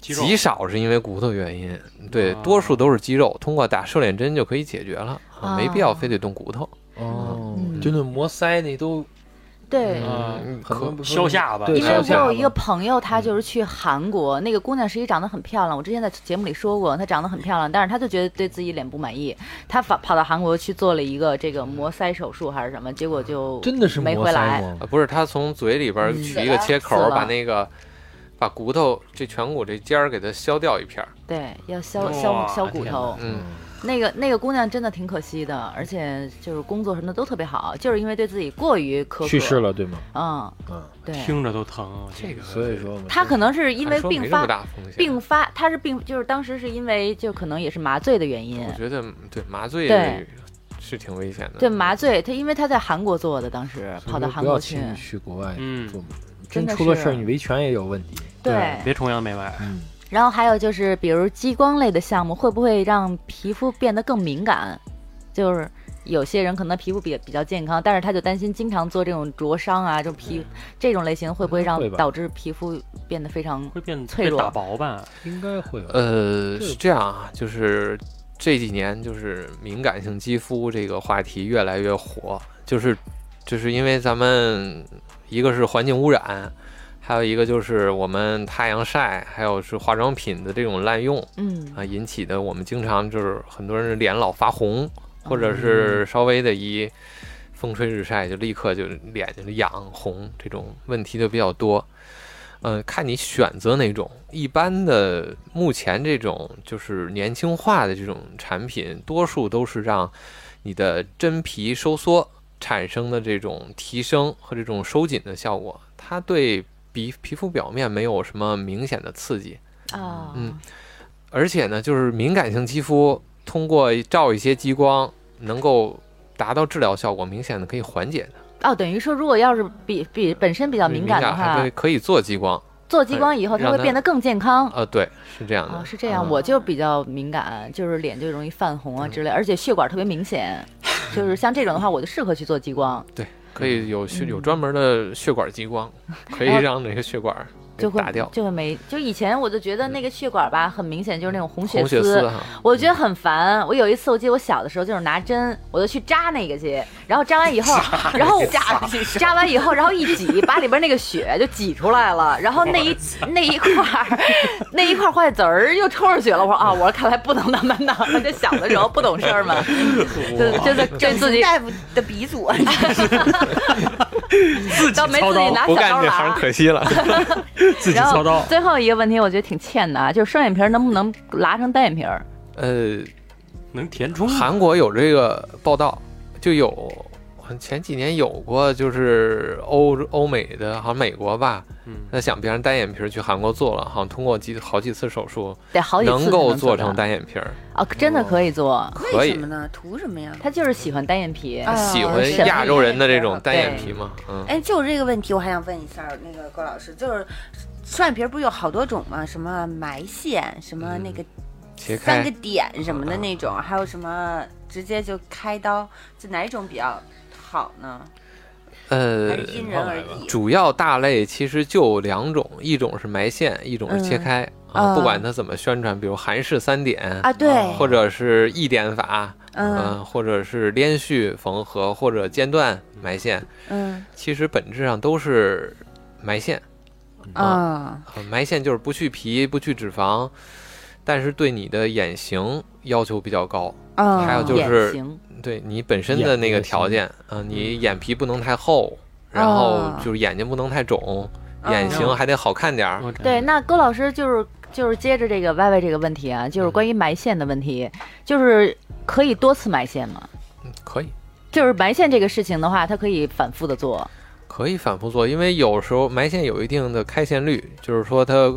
肌肉
极少是因为骨头原因，对，
哦
多数都是肌肉，通过打瘦脸针就可以解决了啊，没必要非得动骨头。
哦
嗯
就那摩腮那都
对。
啊
嗯，
很多
可
不是
削下巴，
对
因为
削
我
下
有
巴
一个朋友，她就是去韩国，那个姑娘实际长得很漂亮，我之前在节目里说过，她长得很漂亮，但是她就觉得对自己脸不满意，她跑跑到韩国去做了一个这个磨腮手术还是什么，结果就
真的是
没
摩
回
腮
来。
吗？
啊，不是，他从嘴里边
嗯
取一个切口
死了，
把那个把骨头这颧骨这尖儿给它削掉一片儿，
对，要削
哇
削削骨
天
头。
嗯。
那个那个姑娘真的挺可惜的，而且就是工作什么的都特别好，就是因为对自己过于苛刻。
去世。了对吗？
嗯，
嗯，
对。
听着都疼。我天
这个
所以说我们
她可能是因
按
为
说没
并
这么
发
大风险
并发，她是并就是当时是因为就可能也是麻醉的原因
我，觉得嗯对麻醉
对
是挺危险的。
对麻醉，她因为她在韩国做的，当时
所以
跑到
说
韩
不要
国去
轻，易去国外
嗯
做，
真
真
的
出了
是
事儿，你维权也有问题。
对。
别崇洋媚外。
嗯，
然后还有就是，比如激光类的项目，会不会让皮肤变得更敏感？就是有些人可能皮肤比比较健康，但是他就担心经常做这种灼伤啊，就皮这种类型会不会让
会吧
导致皮肤变得非常
会变
脆
被
弱
打薄吧？
应该会吧。
呃，
这
是这样啊，就是这几年就是敏感性肌肤这个话题越来越火，就是就是因为咱们一个是环境污染，还有一个就是我们太阳晒，还有是化妆品的这种滥用
嗯
啊引起的，我们经常就是很多人脸老发红，或者是稍微的一风吹日晒就立刻就脸就痒红，这种问题就比较多。嗯、看你选择哪种。一般的，目前这种就是年轻化的这种产品，多数都是让你的真皮收缩产生的这种提升和这种收紧的效果，它对皮皮肤表面没有什么明显的刺激。
啊
嗯而且呢，就是敏感性肌肤通过照一些激光，能够达到治疗效果，明显的可以缓解的。
哦，等于说如果要是比比本身比较敏感的话
对，，可以做激光。
做激光以后它
让
会
它
变得更健康。
呃，对，是这样的。
哦，是这样，
嗯
我就比较敏感，就是脸就容易泛红啊之类，而且血管特别明 显，就是像这种的话，我就适合去做激光。
可以有血有
嗯
专门的血管激 光，可以
然后
让这个血管给
就会
打掉
就会没。就以前我就觉得那个血管吧，很明显就是那种红血
红血丝哈。
我觉得很烦。我有一次，我记得我小的时候就是拿针，我就去扎那个去，然后扎完以后，然后扎扎完以后，然后一挤，把里边那个血就挤出来了，然后 那一那一块儿那一块坏籽儿又冲上去了。我说啊，我说看来不能那么弄。就小的时候不懂事儿嘛， 就就在对自己
大夫的鼻祖啊，
倒没自己拿小
不
刀
干这
拉
行。可惜了。
自己
然
操
后
刀，
最后一个问题，我觉得挺欠的啊，就是双眼皮儿能不能拉成单眼皮儿？
呃，
能填充
韩国有这个报道，就有前几年有过，就是欧欧美的，好像美国吧，
嗯，
他想变成单眼皮儿，去韩国做了，好像通过几好几次手术，
得好几次才
能够
做
做成单眼皮儿，
啊，真的可以做。
可
为什
以
么。呢？图什么呀？
他就是喜欢单眼皮，
啊
喜欢
呃审美
亚洲人的这种单
对
眼皮嘛，嗯，
哎，就是这个问题，我还想问一下那个郭老师，就是双眼皮儿不是有好多种吗？什么埋线，什么那个
切
三
开
个点什么的那种，还有什么直接就开刀，就哪一种比较好呢？
呃
还是，因人而异。
主要大类其实就两种，一种是埋线，一种是切开、
嗯
啊。不管它怎么宣传，比如韩式三点，
啊，对，
或者是一点法，
嗯
呃或者是连续缝合或者间断埋线，
嗯
其实本质上都是埋线。
啊，
呃埋线就是不去皮、不去脂肪，但是对你的眼型要求比较高。
嗯
还有就
眼
是
型
对你本身
眼
的
睛
那个
的
条
形
件，嗯、你眼皮不能太厚，然后
哦
就是眼睛不能太肿，
嗯
眼型还得好看点儿。
我
对，那郭老师就是就是接着这个 Y Y 这个问题啊，就是关于埋线的问题，
嗯
就是可以多次埋线吗？
可以，
就是埋线这个事情的话，它可以反复的做。
可以反复做，因为有时候埋线有一定的开线率，就是说它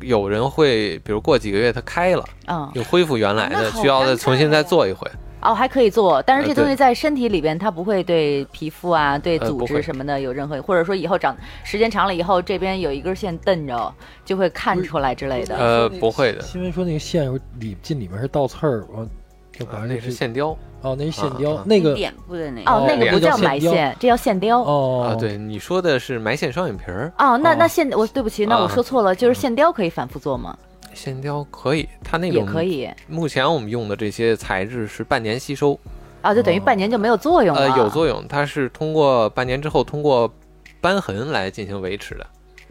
有人会，比如过几个月它开了，
嗯，
又恢复原来
啊那
的，
好
需要再
尴
重新
尬
再
呀
做一回。
哦，还可以做，但是
呃
这东西
对
在身体里边，它不会对皮肤啊、对
呃
组
不
织
会
什么的有任何，或者说以后长时间长了以后，这边有一根线瞪着，就会看出来之类的。
呃，不会的，
新闻说那个线有里进里面是倒刺儿，完就把
啊那
那
是线雕
哦，那是线
啊
雕
啊
那个
脸部的那个，
哦，那个
脸
不
叫
叫埋
线雕
线，这叫线雕。
哦
啊。，对，你说的是埋线双眼皮儿，
哦，那
哦
那线我对不起，那我
啊
说错了，就是线雕可以反复做吗？
线雕可以，它那
也
种
可。以
目前我们用的这些材质是半年吸收，
啊，就等于
哦
半年就没有啊作用了。
呃，有作用，它是通过半年之后通过斑痕来进行维持的，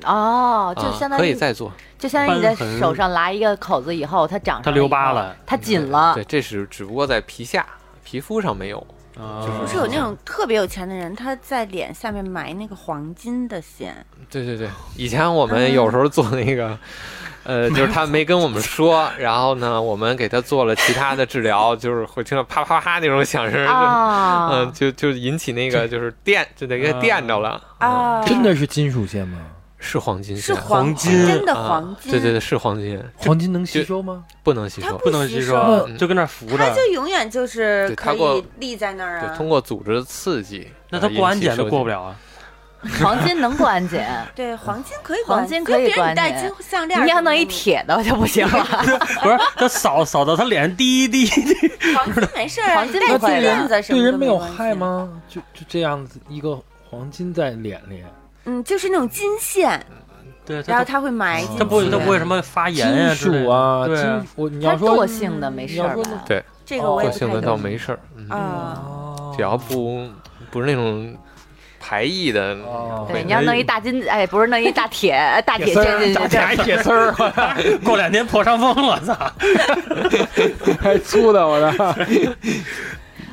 哦，就相
啊、
当
可
于
以再做。
就相当于你在
瘢痕
手上拉一个口子以后，它长上
它
来
留
以
疤
后
了，
它紧了
对，，这是只不过在皮下，皮肤上没有。
不
不是有那种特别有钱的人，他在脸下面埋那个黄金的线，
对对
哦
对，以前我们有时候做那 个，呃，就是他没跟我们说，然后呢，我们给他做了其他的治疗，就是会听到啪啪啪那种响声，
啊，
嗯，就就引起那个就是电，就得给
哦
它电着了
啊
真的是金属线吗？
是黄金
是
线，
黄金
真的
啊
黄金，
对对对，是黄金，
黄金能吸收吗？
不能吸
它
收。
不能吸
吸
收，啊
收
就跟那儿浮
它
着
就。永远就是
对
可
它过
以立在那儿
对，
啊。
通过组织刺激，
那他
呃
过安
引起
检都
收
过不
紧
了啊！
黄金能过安检，
对，黄金可以
黄
管，
金
所
可以
别人
管
你戴
你
金项链儿
你
什
要
么的，
弄一铁的就不行了。
不是他扫扫到他脸上滴一滴，
黄金没事儿啊，
黄
你
金
戴
不会
金
的
链子什么的
对人没有
关系
害？吗？就就这样子一个黄金在脸里，
嗯，就是那种金线，
对，
然
他
后嗯它会埋进去。
他不会他不会什么发炎
金
啊之类
属
的
啊，
对啊
金我 你
它
要
惰
说
性的没事
你
儿
要说
吧？
这个我也
惰
不
性
太
的哦倒
懂
没事儿，嗯，
啊。
哦
只要不不是那种排异的，
哦
对，
会
你要
没
弄一大金，哎，不是弄一大铁呃大铁
丝
剑
儿，
进
大
去，
铁铁丝儿，
过两天破伤风了，操！
还哎粗的我的。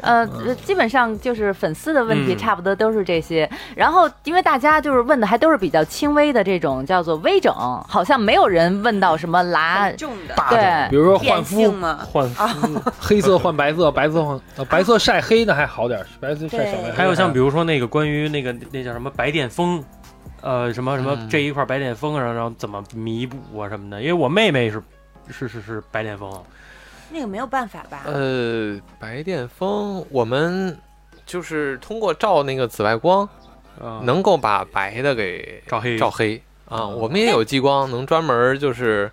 呃，基本上就是粉丝的问题，
嗯
差不多都是这些。然后，因为大家就是问的还都是比较轻微的这种叫做微整，好像没有人问到什么拉
很。重的
比
对，
如说换
哎变
肤
性，嘛，哦
换肤，黑色换白色， 白色换呃白色晒黑呢还好点儿，哎白色晒小白
对
黑。
还有像比如说那个关于那个那叫什么白癜风，呃，什么什么
嗯
这一块白癜风，然后然后怎么弥补啊什么的，因为我妹妹是是是是白癜风，啊
那个没有办法吧？
呃，白癜风我们就是通过照那个紫外光，
嗯
能够把白的给
照黑
照黑啊。我们也有激光，能专门儿就是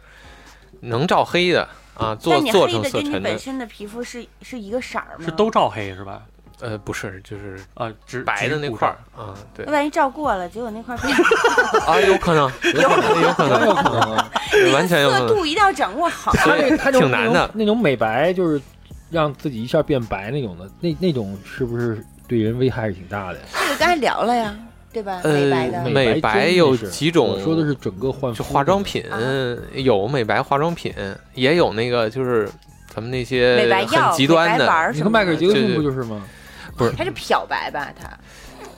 能照黑的啊，做
但你
做
黑
成
的
色
跟你
沉
本
的。
身的皮肤是是一个色儿吗？
是都照黑是吧？
呃，不是，就是
啊，只
白的那块儿，啊，对
那万一照过了，结果那 块儿变
啊，有可能，有可能，有可
还有可
能，
能 啊，
完全有可
色
能。
度一定要掌握好。
他那他那种
挺难的
那种那种美白就是让自己一下变白那种的，那那种是不是对人危害是挺大的呀？
这个刚才聊了呀，对吧？美白
呃
的，
美
白
白
真
有
的是
几种
我说的是整个换
就
肤
化妆
的
品
啊
有美白化妆品，也有那个就是咱们那些
美白药、
呃很极端
美白丸
的。
儿
你
什
看迈克
么
尔
的。
杰克逊
对
不就是吗？哎
它是漂白吧？它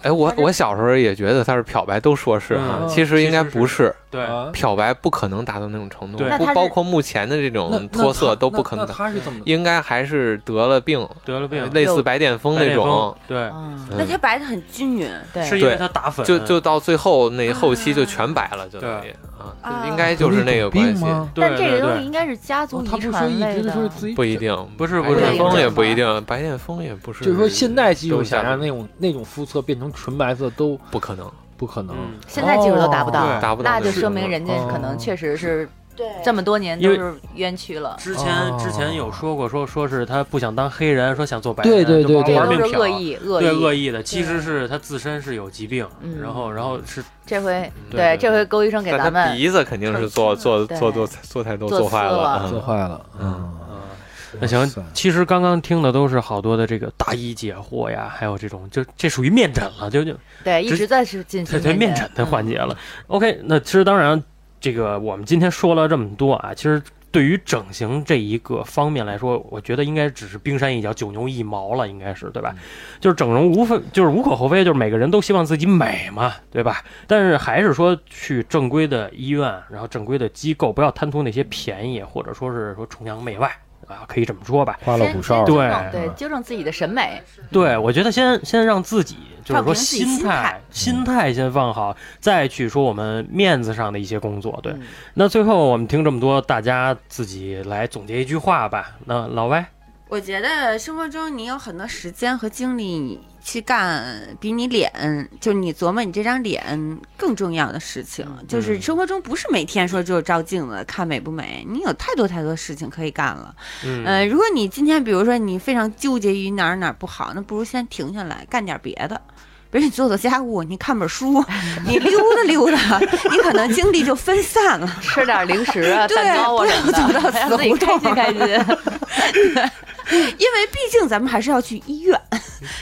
哎，我我小时候也觉得它是漂白，都说是
嗯
啊，其实应该不是，
对，
啊，
漂白不可能达到那种程度
对那，
不
它是
包括目前的这
那
种
那
脱色
他
都
那
不可能
那
的，
他是怎么？
应该还是得了病，
得了病，
类似白癜风
白
那
癜
种
风。，对，
嗯，
那它白的很均匀，
对，
是因为他打粉，
就就到最后
啊
那后期就全白了，就
对
等于啊，
啊
就应该就是那个关
病
系，
吗？
对
但这
对
个东西
对，
应该是家族
哦
遗
他不是说
传
一
类
直
的
都。说自己
不一定，
不是
白
不是
癜风也不一
不
啊
定，白癜风也不是，
就是说现代技术
都下
想
不
让那种那种肤色变成纯白色都
不可能，
不可能。
嗯，
现在技术都达不到，
哦对
达不到
啊那
那
就说
个
哦
程
明
度
人家可能确实是
对，
这么多年
因
都
为
是冤屈了。
之
哦
前之前有说过，说说是他不想当黑人，说想做白人，
对对对
就玩
对
玩
这
命
都是
嫖，
恶意，恶
对恶
意。
意的，其实是他自身是有疾病，
嗯
然后然后
啊
是
这回
嗯
对
对，这回勾医生给咱
但他
们
鼻子肯定是做做
对
做做做太多
做
坏
次
了
了，
做
嗯
坏了，
嗯
嗯，
嗯。那行
哇塞，
其实刚刚听的都是好多的这个大医解惑呀，还有这种就这属于面诊了，就就
对一
直
直在是进
对
行嗯
对面
面
诊的环节了。OK，那其实当然，这个我们今天说了这么多啊，其实对于整形这一个方面来说，我觉得应该只是冰山一角、九牛一毛了，应该是
嗯
对吧？就是整容无非就是无可厚非，就是每个人都希望自己美嘛，对吧？但是还是说去正规的医院，然后正规的机构，不要贪图那些便宜，或者说是说崇洋媚外啊，可以这么说吧。
花了
先
不少。
对
嗯。对，纠正自己的 审美，
对，我觉得先先让自己就是
放
说
平自己
心
心
态
态
心态先放好，再去说我们面子上的一些工作。对，
嗯
那最后我们听这么多，大家自己来总结一句话吧。那老歪，
我觉得生活中你有很多时间和精力去干比你脸，就是你琢磨你这张脸更重要的事情。
嗯
就是生活中不是每天说只有照镜子看美不美，你有太多太多事情可以干了。
嗯
嗯、如果你今天比如说你非常纠结于哪儿哪儿不好，那不如先停下来干点别的。比如你做做家务，你看本 书，你溜达溜达，你可能精力就分散了。
吃点零食啊、
对
蛋糕啊什么
不要
的，
走到
让自己
死胡
开
同
心开 心。
因为毕竟咱们还是要去医 院。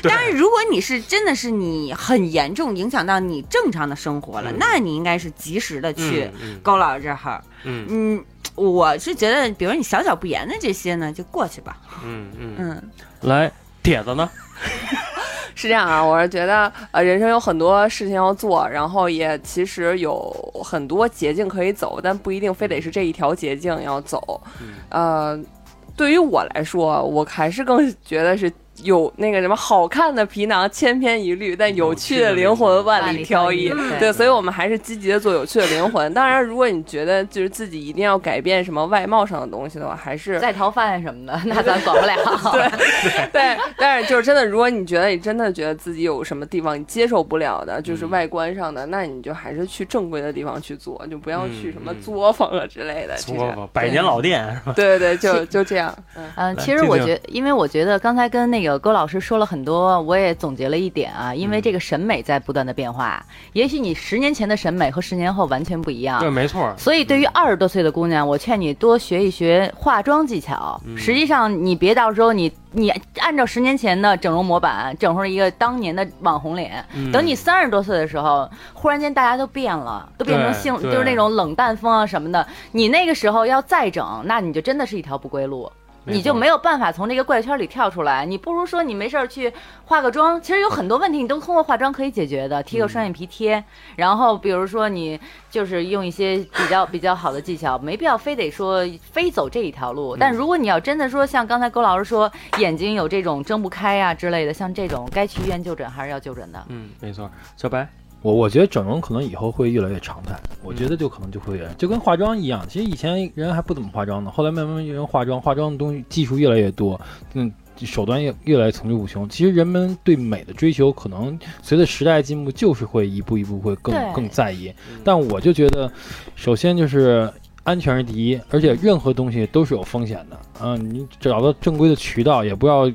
对
当然，如果你是真的是你很严重影响到你正常的生活了，
嗯
那你应该是及时的去
嗯
高老师这儿。
嗯
嗯，我是觉得，比如你小小不言的这些呢，就过去吧。
嗯嗯嗯，
嗯，
来。铁子呢？
是这样啊，我是觉得呃，人生有很多事情要做，然后也其实有很多捷径可以走，但不一定非得是这一条捷径要走。呃，对于我来说，我还是更觉得是。有那个什么好看的皮囊千篇一律，但有趣的灵魂万里挑一。
万里挑一
对，
对
所以我们还是积极的做有趣的灵魂。当然，如果你觉得就是自己一定要改变什么外貌上的东西的话，还是
再逃犯什么的，那咱管不 了。对，
对，但是就是真的，如果你觉得你真的觉得自己有什么地方你接受不了的，就是
嗯
外观上的，那你就还是去正规的地方去做，就不要去
嗯
什么作坊啊之类的。这些
我百年老店是吧？
对对对，就就这样。嗯，
嗯，
来
其实
静
我
静
觉因为我觉得刚才跟那个郭老师说了很多，我也总结了一点啊，
嗯
因为这个审美在不断的变化，也许你十年前的审美和十年后完全不一样
对，。没嗯错。
所以，对于二十多岁的姑娘，我劝你多学一学化妆技巧。
嗯
实际上，你别到时候你你按照十年前的整容模板整出了一个当年的网红脸，
嗯
等你三十多岁的时候，忽然间大家都变了，都变成
对
性
对
就是那种冷淡风啊什么的。你那个时候要再整，那你就真的是一条不归路。
没
你就
错
没有办法从这个怪圈里跳出来，你不如说你没事儿去化个妆。其实有很多问题你都通过化妆可以解决的，贴个双眼皮贴，然后比如说你就是用一些比较比较好的技巧，没必要非得说非走这一条路。
嗯
但如果你要真的说像刚才郭老师说，眼睛有这种睁不开呀、之类的，像这种该去医院就诊还是要就诊的。
嗯，没错。小白，
我我觉得整容可能以后会越来越常态，我
嗯
觉得就可能就会有人就跟化妆一样，其实以前人还不怎么化妆呢，后来慢慢有人化妆，化妆的东西技术越来越多，嗯，手段越越来越层出不穷。其实人们对美的追求，可能随着时代进步，就是会一步一步会更
对
更在意。但我就觉得，首先就是。安全是第一，而且任何东西都是有风险的。嗯、你找到正规的渠道，也不要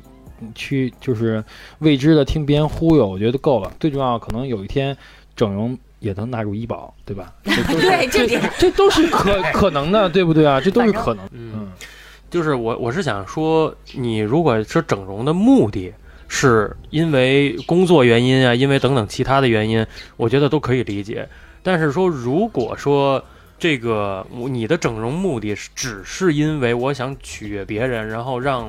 去就是未知的听别人忽悠，我觉得够了。最重要，可能有一天整容也能纳入医保，对吧？这都 是
对，这点
这都是可可能的，对不对啊？这都是可能。
嗯
嗯，
就是我我是想说，你如果是整容的目的是因为工作原因啊，因为等等其他的原因，我觉得都可以理解。但是说，如果说这个我你的整容目的是只是因为我想取悦别人，然后让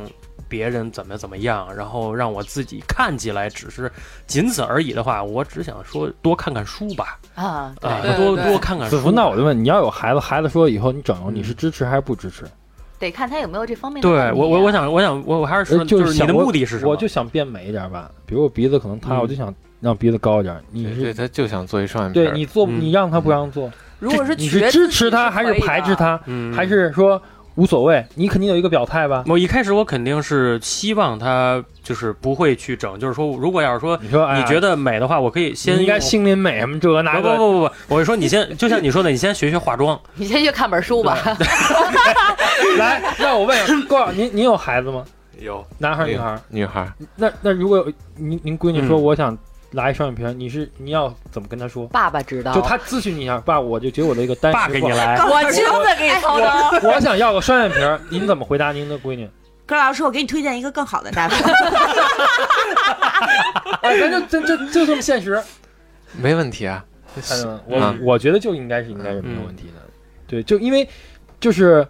别人怎么怎么样，然后让我自己看起来只是仅此而已的话，我只想说多看看书吧，
啊，对，
啊、
对
多
对
多看看
子
书
福，。那我就问你要有孩子，孩子说以后你整容，
嗯
你是支持还是不支持？
得看他有没有这方面的问题啊、
对我我我想我想我我还是说，
呃就
就是是你
想
的
我
目的是什么？
我就想变美一点吧，比如我鼻子可能塌，
嗯
我就想让鼻子高一点。你
对，
是
他就想做一双眼皮
对
儿。
你做
嗯
你让他不让做？
如果是
你
取悦
是支持他还
自
是
己可以的
排斥？他？
嗯
还是说无所谓，你肯定有一个表态吧？
我一开始我肯定是希望他就是不会去整，就是说，如果要是说
你说，哎呀、
你觉得美的话，我可以
你
先
应该心灵美什么这个那
不不
个？
不不不，我是说你 先，就像你说的，你先学学化妆。
你先去看本书吧。
来，让我问一下，郭老，您您有孩子吗？
有
男孩儿女孩儿？
女孩儿，
那那如果有您您闺女说
嗯
我想来一双眼皮儿，你是你要怎么跟她说？
爸爸知道，
就她咨询你一下，爸，我就觉得我的一个单
爸
实
给
不
你
好
来，
我亲自给你掏的。
我想要个双眼皮儿，您怎么回答您的 闺女？
葛老师，我给你推荐一个更好的大夫。
哎，咱就就就就这么现实。
没问题啊。
看见吗？我
嗯
啊
嗯我觉得就应该是应该是没有问题的。对，就因为就是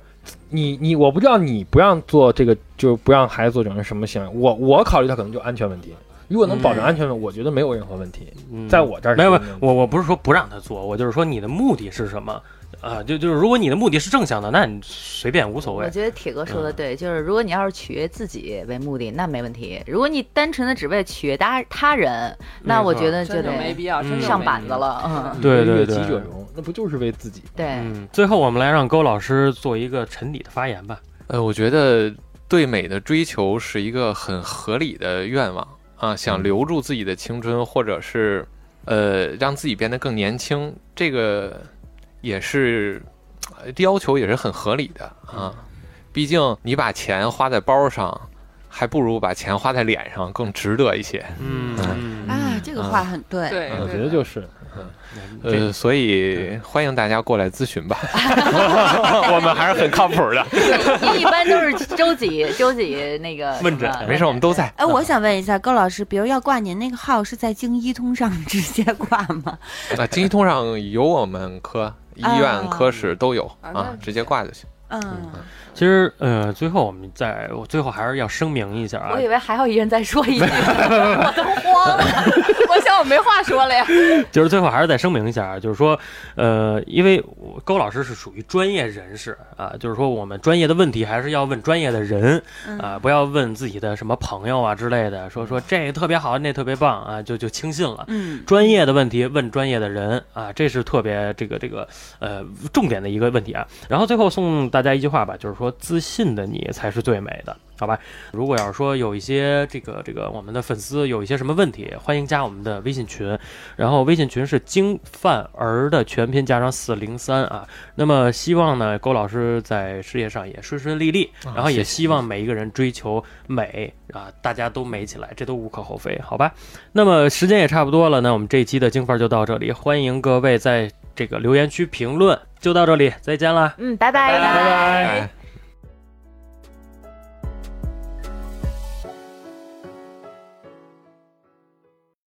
你你我不知道你不让做这个，就不让孩子做整是什么行为。我我考虑到可能就安全问题。如果能保证安全，我觉得没有任何问题。
嗯
在我这儿是
没有，没
没
有
有
我我不是说不让他做，我就是说你的目的是什么啊？就就是如果你的目的是正向的，那你随便无所
我
谓。
觉得铁哥说的
嗯
对，就是如果你要是取悦自己为目的，那没问题；如果你单纯的只为取悦他他人，那我觉得就
真的没
得
必要，真
嗯
的没
上
必
板子
要。
了。嗯，
对
一个
对
悦己
对
者容，那不就是为自己吗？
对，
嗯，最后我们来让勾老师做一个沉底的发言吧。
呃，我觉得对美的追求是一个很合理的愿望啊，想留住自己的青春，或者是呃让自己变得更年轻，这个也是呃要求也是很合理的啊。毕竟你把钱花在包上，还不如把钱花在脸上更值得一些。
嗯
啊，这个话很对。
对，
我
对
觉得就是
呃，所以欢迎大家过来咨询吧，我们还是很靠谱的。嗯
一般都是周几周几那个
问诊
什么
没事，我们都在。
哎，我想问一下，高老师，比如要挂您那个号，是在京一通上 直接挂吗？
啊，京一通上有我们科、医院、
啊
科室都有
啊
啊
那，
直接挂就行。
嗯，
其实呃，最后我们在我最后还是要声明一下啊
我，以为还有一人再说一句，我都慌了，我想我没话说了呀。
就是最后还是再声明一下啊，就是说，呃，因为我勾老师是属于专业人士啊，就是说我们专业的问题还是要问专业的人啊，不要问自己的什么朋友啊之类的，说说这个特别好，那特别棒啊，就就轻信了。
嗯，
专业的问题问专业的人啊，这是特别这个这个呃重点的一个问题啊。然后最后送大家一句话吧，就是说自信的你才是最美的，好吧？如果要是说有一些这个这个我们的粉丝有一些什么问题，欢迎加我们的微信群，然后微信群是京范儿的全拼加上四零三啊。那么希望呢，郭老师在事业上也顺顺利利，
啊
然后也希望每一个人追求美啊，大家都美起来，这都无可厚非，好吧？那么时间也差不多了，那我们这一期的京范儿就到这里，欢迎各位在这个留言区评论，就到这里，再见啦。
嗯，拜拜
拜拜。